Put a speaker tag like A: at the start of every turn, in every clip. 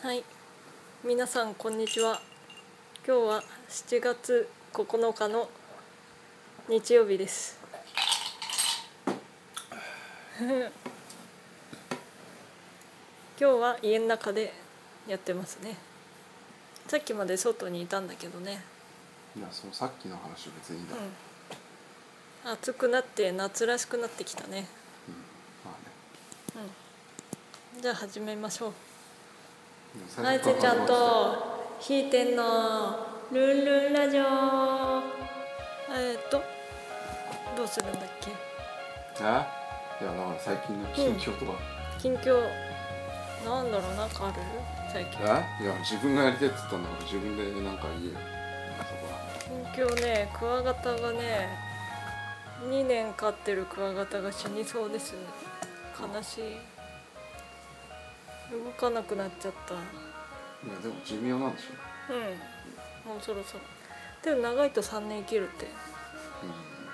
A: はい、皆さんこんにちは。今日は7月9日の日曜日です。 今日は家の中でやってますね。さっきまで外にいたんだけどね。
B: いやそのさっきの話は別にいいだ、う
A: う
B: ん
A: ん。暑くなって夏らしくなってきたね。
B: まあね
A: じゃあ始めましょう。
B: でも
A: ナ
B: 最
A: イ
B: 初
A: ツち
B: か
A: ゃ
B: ら
A: んと弾いてんのルンルンラジオえっ、ー、とどうするんだっけ
B: えいやだから最近の近況とか、
A: 近況なんだろうなんかある最近
B: えいや自分がやりたいって言ったんだから自分でなんか言えよなんかそこは
A: 近況ねクワガタがね2年飼ってるクワガタが死にそうです悲しい動かなくなっちゃった
B: いやでも寿命なんでしょ
A: うんもうそろそろでも長いと3年生きるって
B: う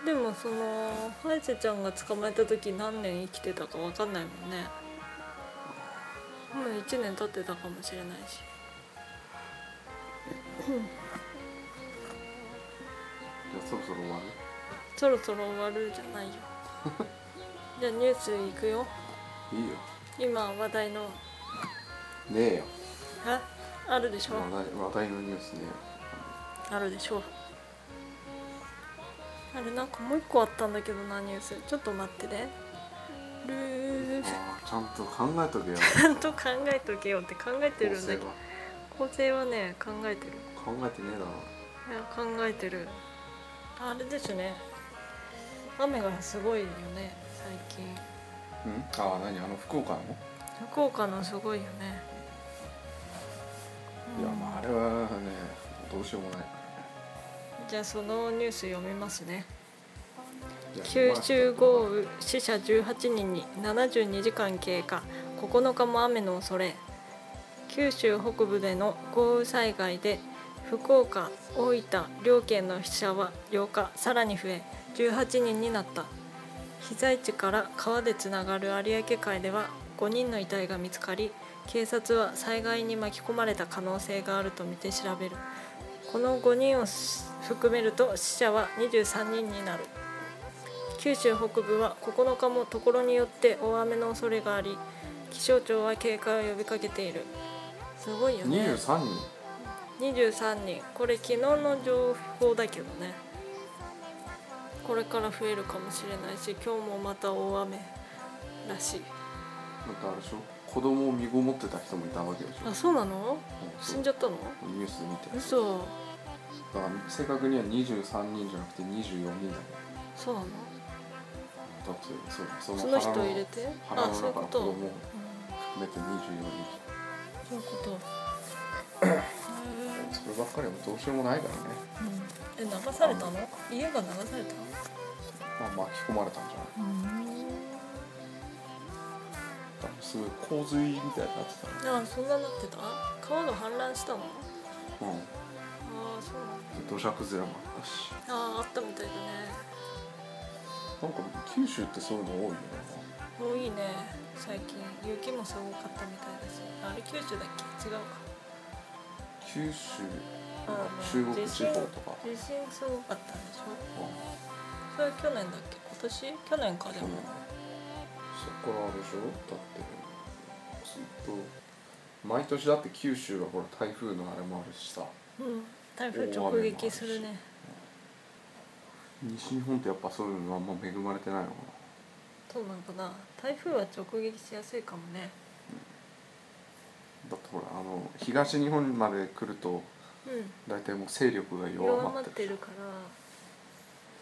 B: ん
A: でもそのハイセちゃんが捕まえた時何年生きてたか分かんないもんねもう1年経ってたかもしれないし
B: じゃあそろそろ終わる
A: そろそろ終わるじゃないよじゃあニュースいくよ
B: いいよ
A: 今話題の
B: ねえよ
A: えあるでしょ
B: 話題話題のニュースね
A: あるでしょあれなんかもう一個あったんだけどなニュースちょっと待ってねルー
B: えよああちゃんと考 えとけよ
A: ちゃんと考えとけよって考えてるんだけど
B: 構
A: 構成はね考えてる
B: 成は考えてねえだろ
A: いや考えてるあれですね雨がすごいよね最近
B: うんああ何あの福岡の、
A: 福岡のすごいよね
B: いやまああれはねどうしようもない
A: じゃあそのニュース読みますね
B: いや
A: 九州豪雨死者18人に72時間経過9日も雨の恐れ九州北部での豪雨災害で福岡大分両県の死者は8日さらに増え18人になった被災地から川でつながる有明海では5人の遺体が見つかり警察は災害に巻き込まれた可能性があるとみて調べるこの5人を含めると死者は23人になる九州北部は9日もところによって大雨の恐れがあり気象庁は警戒を呼びかけているすごいよね
B: 23人
A: 23人これ昨日の情報だけどねこれから増えるかもしれないし今日もまた大雨らしい
B: なんかあれでしょ子供を身ごもってた人もいたわけでしょ
A: あそうなの
B: うん
A: 死ん
B: そ
A: じゃったの
B: うニュースで見て
A: 嘘
B: だから正確には23人じゃなくて24人だね
A: そうなの
B: だってそうだそ
A: その人
B: 腹
A: 入れて
B: 腹
A: あ
B: の
A: そういう
B: 中
A: こ
B: の子
A: と、う
B: 供
A: ん、
B: を含めて24
A: そういうことへ
B: 人そればっかりはどうしようもないからね、
A: え、うん、え流されたの家が流されたの
B: まあ、巻き込まれたんじゃない多分すごい洪水みたいになってたね
A: あそんななってた川が氾濫したの
B: う
A: ああそうなんだ
B: ん土砂崩れもあったし
A: あああったみたいだね
B: なんか九州ってそういうの多いよね
A: もういいね最近雪もすごかったみたいだしあれ九州だっけ違うか
B: 九州
A: あ
B: 中国地方とか、
A: 地震すごかったんでしょ
B: うん
A: それ去年だっけ今年去年かで
B: 去
A: も
B: 年そこからあれでしょだってずっと毎年だって九州はほら台風のあれもあるしさ
A: うん台風直撃するね
B: 西日本ってやっぱそういうのあんま恵まれてないのか
A: そうなんかな台風は直撃しやすいかもね
B: なだってほらあの東日本まで来ると
A: うん
B: 大体もう勢力が弱
A: 弱
B: ま
A: ま
B: っ
A: ってて
B: る
A: るから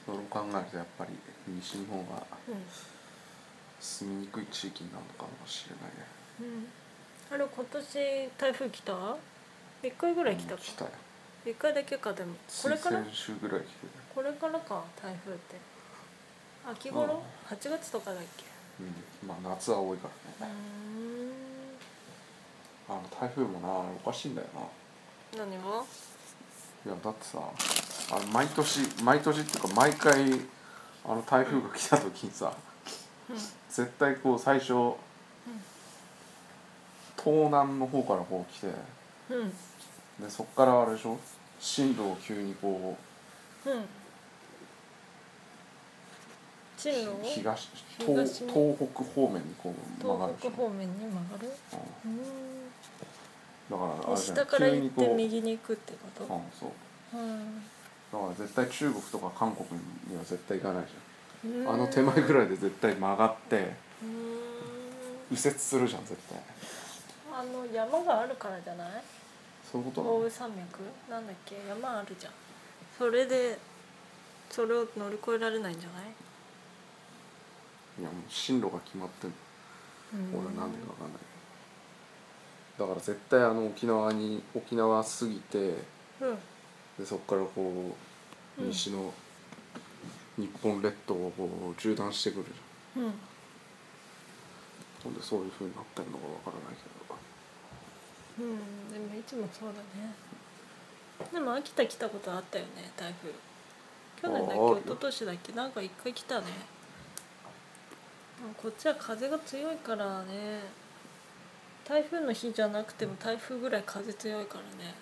B: それを考えるとやっぱり西日本は
A: う
B: 住みにくい地域になるのかもしれないね
A: ん、うん、あれ今年台風来た一回ぐらい来たか
B: 来たよ
A: 一回だけかでもこ
B: つ
A: れ
B: い
A: から
B: 先週ぐらい来て
A: これからか台風って秋頃8月とかだっけ
B: る、うん、まあ夏は多いからねあの台風もなあれおかしいんだよな
A: 何が
B: いやだってさあれ毎年毎年っていうか毎回あの台風が来た時にさ、
A: うん
B: 絶対こう最初、東南の方からこう来て
A: うんうん
B: でそっからあれでしょ進路を急にこう
A: 進路を
B: 東東
A: 東
B: 東
A: に
B: 北方面にこう曲がる
A: 東
B: でしょ
A: 北、方面に曲がるう
B: うんだからあ
A: ん
B: れじ
A: 下
B: ゃない
A: から
B: 急
A: 行
B: に
A: って
B: こう、うん、
A: 右に行くってこ
B: そう
A: と、うん
B: だから絶対中国とか韓国には絶対行かないじ
A: う
B: ゃ
A: ん
B: んあの手前ぐらいで絶対曲がって
A: うーん
B: 右折するじゃん絶対
A: あの山があるからじゃない
B: そういうことな
A: 奥羽
B: の
A: 山脈なんだっけ山あるじゃんそれでそれを乗り越えられないんじゃない
B: いやもう進路が決まってんの俺はなんでかわかんないだから絶対あの沖縄に沖縄過ぎて
A: うんうん
B: でそこからこう
A: うん
B: 西の日本列島をこう縦断してくるじ
A: うん
B: ゃんなんでそういうふうになってるのかわからないけど
A: うんでもいつもそうだねでも秋田来たことあったよね台風去年だっ
B: あ
A: け
B: ある
A: 一昨年だっけなんか一回来たねでもこっちは風が強いからね台風の日じゃなくても台風ぐらい風強いからね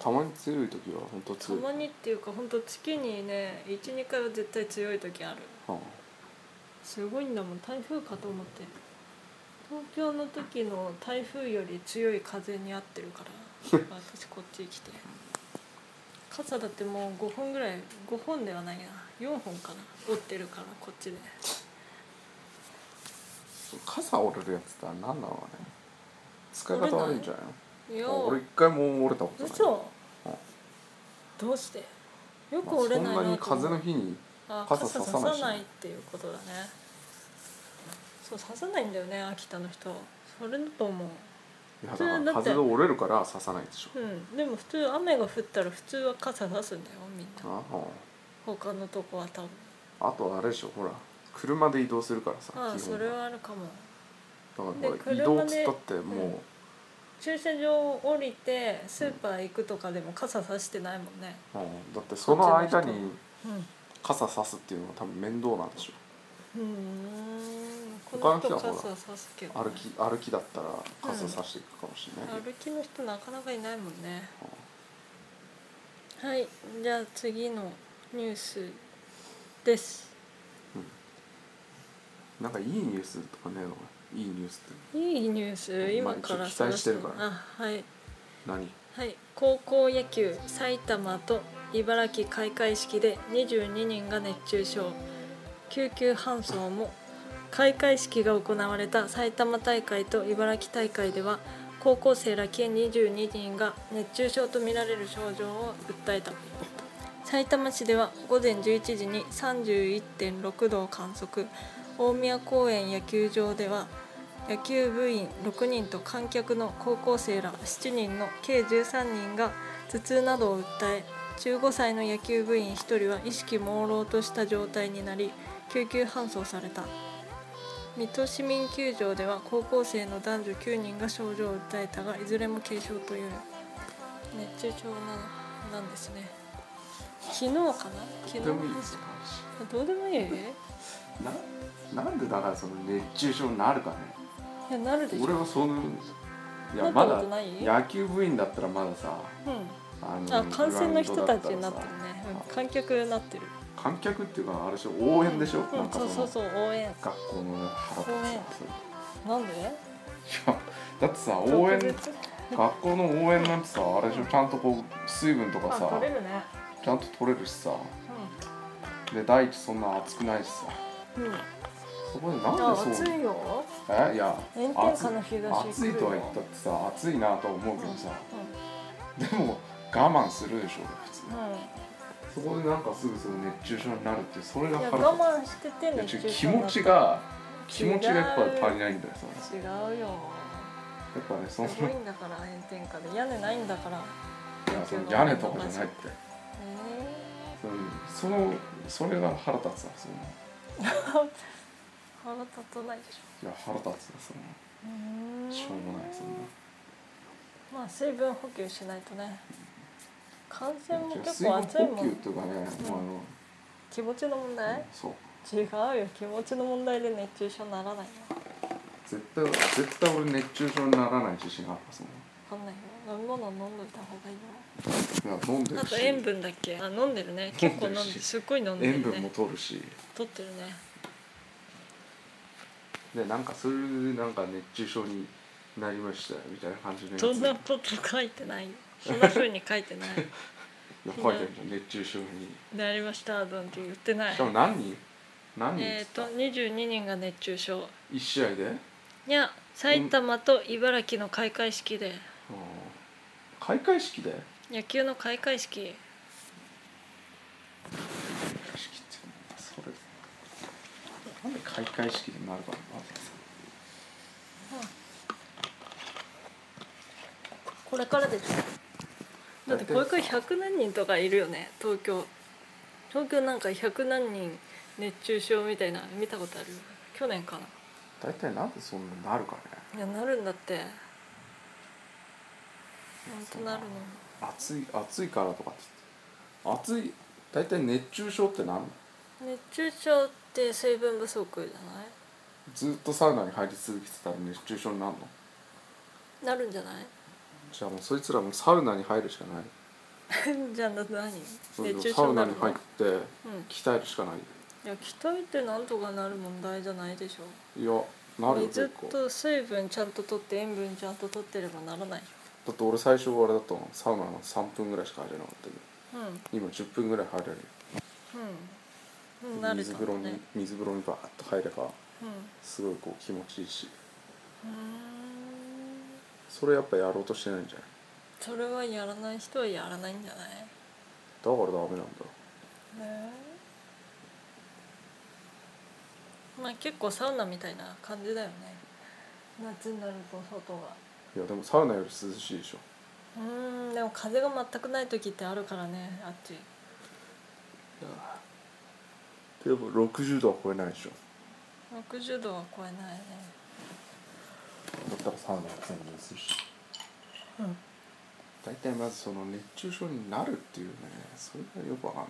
B: たまに強い時は本当
A: た
B: 強い
A: まにっていうか本当月にね12回は絶対強い時ある
B: うん
A: すごいんだもん台風かと思って東京の時の台風より強い風に合ってるから 私こっち来て傘だってもう5本ぐらい5本ではないな4本かな折ってるからこっちで
B: 傘折れるやつってあれ何なのあれ使い方悪いんじゃないの
A: いや
B: あ俺一回も折れたことない
A: 嘘
B: うん
A: どうしてよ
B: ま
A: く
B: あ
A: 折れ
B: そ
A: ない
B: んなに
A: なと思う
B: 風の日に
A: あ
B: 傘
A: 傘
B: 差
A: 差
B: さ
A: さ
B: ないしね
A: ないっていうことだねそう刺さないんだよね秋田の人それだと思う
B: いやだ
A: 普
B: か
A: 通だって
B: ら風で折れるから刺さないでしょ
A: うんでも普通雨が降ったら普通は傘差すんだよみんな
B: ああ
A: 他のとこは多分
B: あとあれでしょほら車で移動するからさ
A: ああ
B: 基本
A: それはあるかも
B: だから
A: で
B: ほら移
A: 車
B: 動
A: で
B: っつったってもう、
A: うん駐車場を降りてスーパー行くとかでも傘差してないもんね
B: うんだってその間に
A: うん
B: 傘さすっていうのは多分面倒なんでし
A: うーんこ
B: 他
A: の
B: の人
A: 人
B: はほら
A: 傘差すけど
B: ょ
A: ね、
B: 歩き歩きだったら傘さしていくかもしれないけ
A: 歩
B: ど、
A: きの人なかなかいないもんねはいじゃあ次のニュースです
B: なんかいいニュースとかねえのかいいニュースって
A: いいニュース今
B: まあ
A: から
B: 期待してるから
A: あはい
B: 何
A: はい、高校野球埼玉と茨城開会式で22人が熱中症救急搬送も開会式が行われた埼玉大会と茨城大会では高校生ら計22人が熱中症とみられる症状を訴えたさいたま市では午前11時に31.6度を観測大宮公園野球場では野球部員6人と観客の高校生ら7人の計13人が頭痛などを訴え15歳の野球部員1人は意識朦朧とした状態になり救急搬送された水戸市民球場では高校生の男女9人が症状を訴えたがいずれも軽症という熱中症ななんですね昨日かな昨日
B: で
A: の
B: もいい
A: 話あどうでもいい
B: ななんでだからその熱中症になるかね
A: いやなるでしょ、う
B: 俺
A: ん、
B: はそのいや
A: な
B: ま
A: った
B: だ
A: ことない
B: 野球部員だったらまださあ
A: あ感染の人たちになってる
B: グラウンドだ
A: ね
B: たら、
A: うん、観客になってる
B: たらさ観客っていうかあれでしょ応援でしょ、
A: う
B: なんんか
A: そうそう
B: う
A: そう応援
B: 学校の腹立
A: 応援
B: つさ
A: なんで
B: そういやだってさ応
A: 特
B: 援
A: 別
B: 学校の応援なんてさあれでしょちゃんとこう水分とか
A: あ
B: さ
A: 取れるね
B: ちゃんと取れるしさで第一そんな暑くないしさ
A: うん、うん、
B: そこでな
A: あ
B: んでそ
A: 暑
B: う
A: いよ
B: えいや
A: 炎天下の日だし
B: 暑い暑いとは言ったってさ暑いなとは思うけどさ、
A: う
B: でも我慢するでしょ普通
A: ん、うん
B: そこでなんかすぐその熱中症になるってそれが
A: いや
B: 腹立つ
A: 我慢してて
B: いや
A: 熱
B: ちょ
A: 中
B: 気
A: 症に
B: 持
A: なった
B: ちが気持ちがやっぱ足りないんだよさや
A: 違うよ
B: っぱねそ
A: す
B: の
A: ごいんだから炎天下で屋根ないんだから
B: いやその屋根とかじゃないって
A: え
B: そのそのそれが腹立つわその
A: ー、腹立たないでしょ
B: いや腹立つわその
A: うーん
B: しょうもないそんな
A: まあ水分補給しないとね感染も結
B: 水
A: 構
B: 分
A: 暑いも
B: 補給
A: ん
B: とかね、もう
A: 気持ちの問
B: あの、
A: 題
B: そう
A: 違うよ気持ちの問題で熱中症にならないよ
B: 絶対絶対俺熱中症にならない自信あるからその
A: わかんないよ飲み物飲んどいた方がいい
B: いや飲んで
A: よ
B: る
A: あと
B: し
A: 塩分だっけ あ飲んでるね
B: 飲
A: 結
B: ん
A: 構
B: で
A: 飲ん
B: るし
A: でるすっごい飲んでる
B: 塩
A: ね
B: 分も取るし
A: 取ってるね
B: でなんかそういうなんか熱中症になりましたみたいな感じのやつ
A: そんなこと書いてないよそんな風に書いてない
B: いや書いてるじゃん熱中症に
A: なりましたなんて言ってない
B: しかも何人何人
A: え
B: っ
A: っ、
B: つ
A: と
B: った、
A: 22人が熱中症
B: 一試合でうん
A: いや埼玉と茨城の開会式で
B: 開会式で
A: 野球の開会式
B: 開会式ってそれなんで開会式でなるかな
A: これからですだってこれから100何人とかいるよね東京東京なんか100何人熱中症みたいなの見たことあるよ去年か
B: 大体なんでそんなになるかね
A: ないやなるんだって本当なるの
B: 暑い暑いからとかって言って暑い大体熱中症って何
A: 熱中症って水分不足じゃない
B: ずっとサウナに入り続けてたら熱中症になるの
A: なるんじゃない
B: じゃあもうそいつらもうサウナに入るしかない
A: じゃあな何
B: そう
A: 熱中
B: サ
A: 症
B: ウ
A: にな
B: ナ
A: る
B: に
A: の
B: 入っ
A: い
B: て鍛えるしかない、
A: や鍛えてなんとかなる問題じゃないでしょ
B: いやなるよ
A: 水
B: 結構だ
A: と水分ちゃんと取って塩分ちゃんと取ってればならないよ
B: って俺最初あれだったのサウナ3分ぐらいしか入れなかったけど
A: うん
B: 今10分ぐらい入れるよ
A: うんうん慣れた
B: 水
A: ん
B: 風呂
A: だ
B: に
A: ね
B: 水風呂にバーッと入れば
A: うん
B: すごいこう気持ちいいし
A: うーん
B: それやっぱやろうとしてないんじゃない
A: それはやらない人はやらないんじゃない
B: だからダメなんだ
A: ねまあ結構サウナみたいな感じだよね夏になると外が
B: いやでもサウナより涼しいでしょ
A: うーんでも風が全くない時ってあるからねあっち
B: でも60度は超えないでしょ
A: 60度は超えないね
B: だったらサウナは全然するし
A: うん
B: 大体まずその熱中症になるっていうねそれがよくわかんな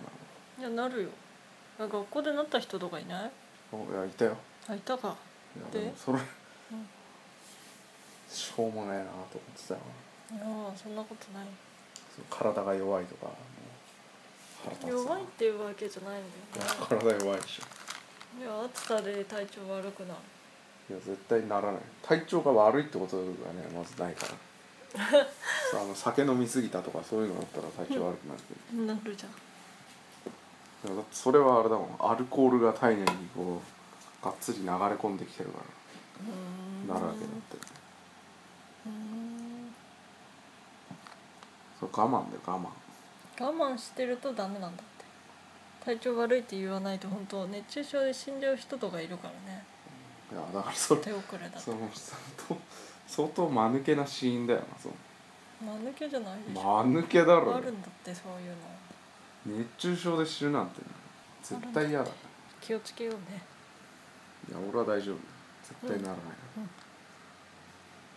B: い
A: いやなるよあ学校でなった人とかいない
B: おいやいたよ
A: あいたか
B: いや
A: で
B: でもそれ、
A: ん
B: しょうもないなと思ってたよ
A: いやーそんなことない
B: その体が弱いとかもう腹立つな
A: 弱いっていうわけじゃないんだよね
B: 体弱いでしょ
A: いや暑さで体調悪くなる
B: いや絶対ならない体調が悪いってことがねまずないから そうあの酒飲みすぎたとかそういうのだったら体調悪くなるけど
A: なるじゃん
B: でもだってそれはあれだもんアルコールが体内にこうがっつり流れ込んできてるか
A: うーん
B: らなるわけだって
A: うーん
B: そう我慢だよ我慢
A: 我慢してるとダメなんだって体調悪いって言わないと本当熱中症で死んじゃう人とかいるからね
B: いやだからそれ
A: 手遅れだ
B: そ
A: と
B: の相当相当間抜けな死因だよなそ
A: 間抜けじゃないでしょ、
B: の間抜けだろ
A: あるんだってそういうの
B: 熱中症で死ぬなんてね絶対嫌だい
A: 気をつけようね
B: や俺は大丈夫絶対ならない、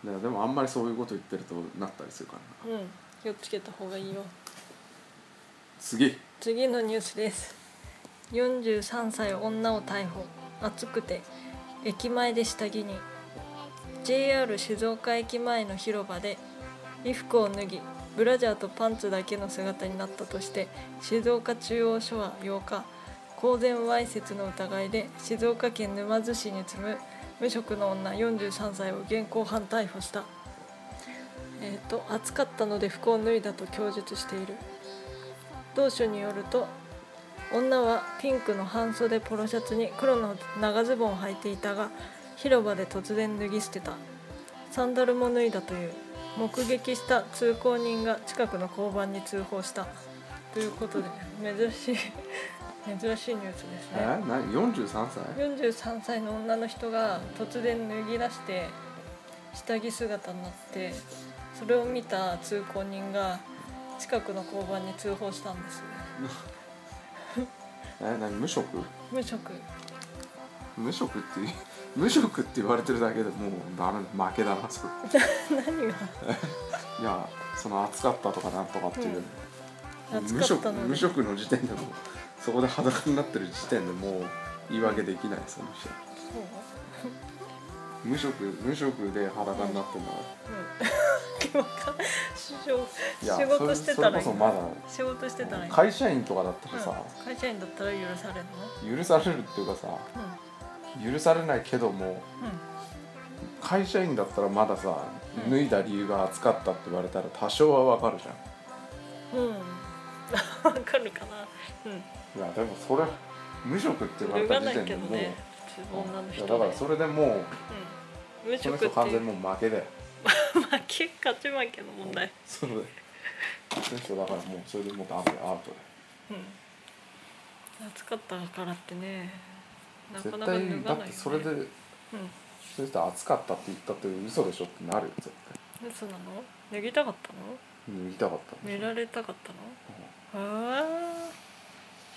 B: だからでもあんまりそういうこと言ってるとなったりするからな
A: うん気をつけた方がいいよ
B: 次
A: 次のニュースです43歳女を逮捕暑くて駅前で下着に JR 静岡駅前の広場で衣服を脱ぎブラジャーとパンツだけの姿になったとして静岡中央署は8日公然わいせつの疑いで静岡県沼津市に住む無職の女43歳を現行犯逮捕した、えー、と暑かったので服を脱いだと供述している同書によると女はピンクの半袖ポロシャツに黒の長ズボンを履いていたが広場で突然脱ぎ捨てたサンダルも脱いだという目撃した通行人が近くの交番に通報したということで珍しい 珍しいニュースです
B: え
A: ね
B: 何43歳
A: 43歳の女の人が突然脱ぎ出して下着姿になってそれを見た通行人が近くの交番に通報したんです
B: え何無職
A: 無職
B: 無職って 無職って言われてるだけでもうダメだ負けだなそれ
A: 何が
B: いやその暑かったとかなんとかっていう、
A: うん
B: 無
A: 暑かっ
B: 職
A: たので
B: 無職の時点でもうそこで裸になってる時点でもう言い訳できないその人
A: そう
B: 無職無職で裸になってんだから、
A: うんわかん 仕事仕
B: そ
A: 事
B: れ
A: してたらいい
B: それこそまだ
A: 仕事してたらいい
B: 会社員とかだったらさ、
A: うん会社員だったら許されるの
B: 許されるっていうかさ許されないけども
A: う
B: 会社員だったらまださ
A: うん
B: 脱いだ理由が暑かったって言われたら多少はわかるじ
A: ん
B: ゃ
A: うん、うん、わかるかなうん
B: んいやでもそれ無職って言わ
A: 脱が
B: れた
A: な
B: 時
A: い
B: 点
A: けど
B: でもう、
A: ね女の
B: い
A: 人
B: や
A: で
B: だからそれでも
A: うん、無
B: うそ
A: 職
B: の人
A: って
B: 完
A: い
B: 全
A: う
B: にもう負けだよ
A: 負け勝ち負けの問題
B: それでその人だからもうそれでもうダメアウト
A: うん暑かったからってねな
B: で
A: か
B: 絶
A: なか脱がないよ、
B: 対
A: ね、
B: だってそれで
A: うん
B: その人暑かったって言ったって嘘でしょってなるよ絶対
A: 嘘なの脱ぎたかったの
B: 脱ぎたかったんで
A: 寝
B: しょ
A: られたかったのああ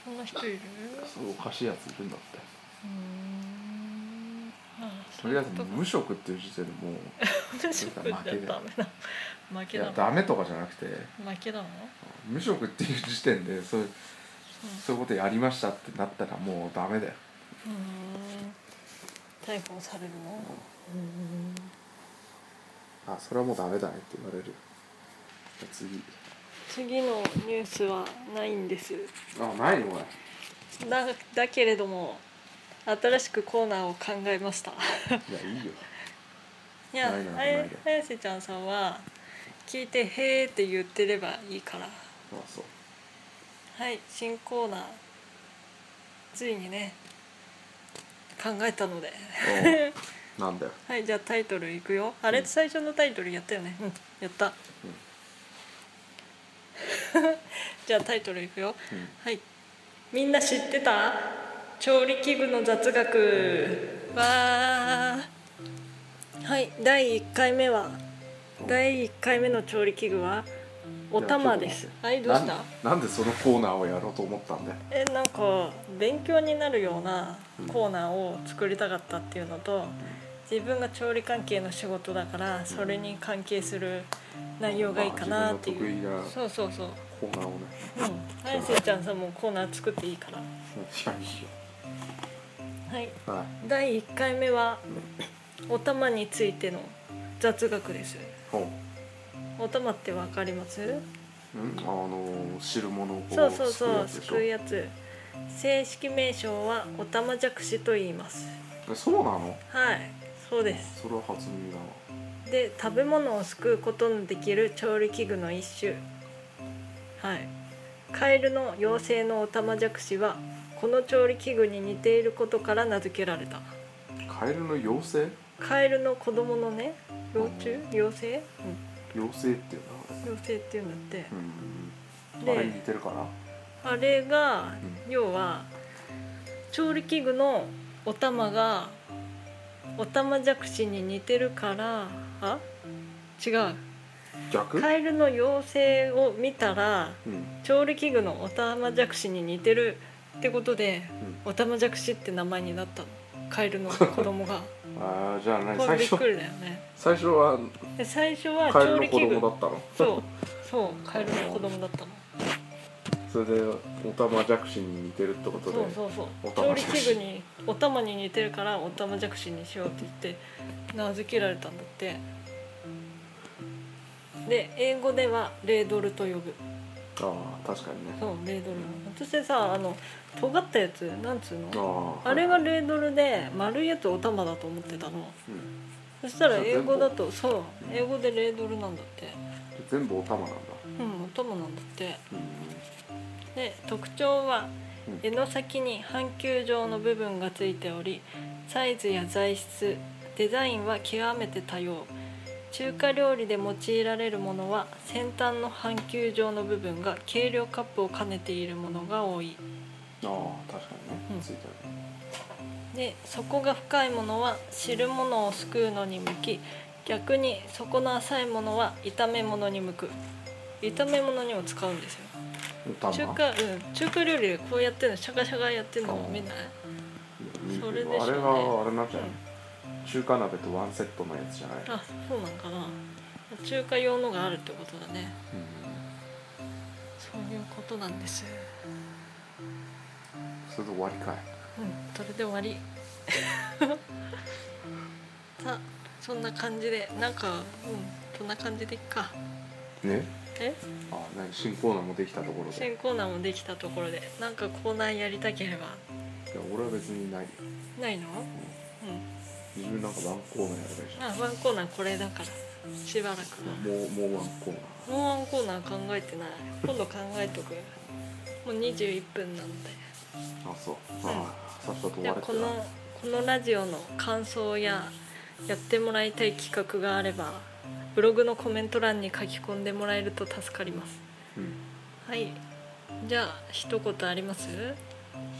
A: そんな人いる
B: うんそうおかしいやついるんだって
A: うーんああ
B: とりあえず
A: そういう
B: 無職っていう時点でもう
A: こと無職じゃダメなの負
B: い
A: けな
B: や
A: の
B: ダメとかじゃなくて
A: 負けなの
B: 無職っていう時点でそうそういうことやりましたってなったらもうダメだよ
A: うんうーん逮捕されるのうーん
B: あそれはもうダメだねって言われるよじゃあ次
A: 次のニュースはないんです
B: あないのこれ
A: だだけれども新しくコーナーを考えました
B: いやいいよ
A: いや
B: ないな
A: あや
B: ないな
A: 綾瀬ちゃんさんは聞いて「へーって言ってればいいから
B: あそう
A: はい新コーナーついにね考えたので
B: おう なんだよ、
A: はいじゃあタイトルいくよあれ、
B: うん
A: 最初のタイトルやったよねうんやった
B: う
A: じゃあタイトルいくよ
B: んうん、
A: はいみんな知ってた調理器具の雑学わーはい第1回目は第1回目の調理器具はお玉ですはいどうした
B: なんなんでそのコーナーをやろうと思ったんだよ
A: えなんか勉強になるようなコーナーを作りたかったっていうのと自分が調理関係の仕事だからそれに関係する内容がいいかなって
B: まあ自
A: い
B: 分
A: う、
B: の得意な
A: そうそうそう
B: コーナーをね
A: うん綾瀬ちゃんさんもコーナー作っていいから
B: いやいい
A: はい
B: よはい
A: 第1回目はお玉についての雑学です
B: ほう
A: お玉ってわかります
B: うんあの汁物をこ
A: そうそうそう
B: す
A: す
B: く
A: く
B: う
A: う
B: や
A: やつ正式名称はお玉じゃくしと言います
B: つでしょえそうなの
A: はいそうです
B: それは初耳だわ
A: で食べ物をすくうことのできる調理器具の一種はいカエルの妖精のオタマジャクシはこの調理器具に似ていることから名付けられた
B: カエルの妖精
A: カエルの子供のね幼虫妖精、
B: 妖精っていうのは
A: うん、妖精っていうんだって
B: うん
A: で
B: あれ似てるから
A: あれが
B: う
A: 要は調理器具のお玉がお玉じゃくしに似てるからあ違う
B: 逆
A: カエルの妖精を見たら
B: うんうん
A: 調理器具のオタマジャクシに似てるってことでオタマジャクシって名前になったのカエルの子供が
B: あーじゃあ 何
A: これ
B: 最
A: びっく
B: 初
A: りだよね
B: 最初は
A: で最初は
B: カエ
A: 調
B: ルの
A: 理
B: 子
A: 器具
B: 供だったの
A: そうそうカエルの子供だったの
B: それでオタマジャクシに似てるってことで
A: そうそうそう
B: お
A: 調
B: 玉
A: 理
B: じゃくし
A: 器具にお玉に似てるからお玉じゃくしにしようって言って名付けられたんだってで英語ではレードルと呼ぶ
B: ああ確かにね
A: そうレードル私さあの尖ったやつなんつうの
B: ああ
A: あれがレードルで丸いやつお玉だと思ってたの
B: う
A: そ
B: ん
A: したら英語だとそう英語でレードルなんだって
B: 全部お玉なんだ
A: うんお玉なんだって
B: うん
A: で特徴は
B: うん
A: 柄の先に半球状の部分がついておりサイズや材質デザインは極めて多様中華料理で用いられるものは先端の半球状の部分が軽量カップを兼ねているものが多い
B: ああ確かにね、
A: うん
B: ついてるね
A: で底が深いものは汁物をすくうのに向き逆に底の浅いものは炒め物に向く炒め物にも使うんですよ
B: お玉
A: 中華、うん、中華料理でこうやってるのシャカシャカやってるの見ない
B: うん
A: それでしょうね
B: あれはあれなんじゃない、中華鍋とワンセットのやつじゃない、
A: あそうなんかな中華用のがあるってことだね
B: うん、
A: そういうことなんです
B: それで終わりかい
A: うんそれで終わりさそんな感じでなんかうんそんな感じでいっか
B: ね
A: え
B: あ何新コーナーもできたところでい
A: 新コーナーもできたところでなんかコーナーやりたければ
B: や俺は別にないよ
A: ないのうん
B: 自分なんかワンコーナーやればいいじゃん
A: あワンコーナーこれだからしばらくは
B: もうもうワンコーナー
A: もうワンコーナー考えてない今度考えとくもう21分なんで
B: あそうああさっさと終
A: じ
B: わ
A: ゃあ
B: れ
A: こ
B: てな
A: のこのラジオの感想ややってもらいたい企画があればブログのコメント欄に書き込んでもらえると助かります
B: うん
A: はいじゃあ一言あります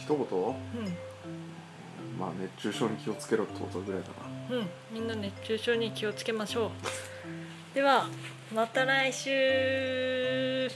B: 一言
A: う
B: まあ熱中症に気をつけろってことぐらいだな
A: うんうんみんな熱中症に気をつけましょうではまた来週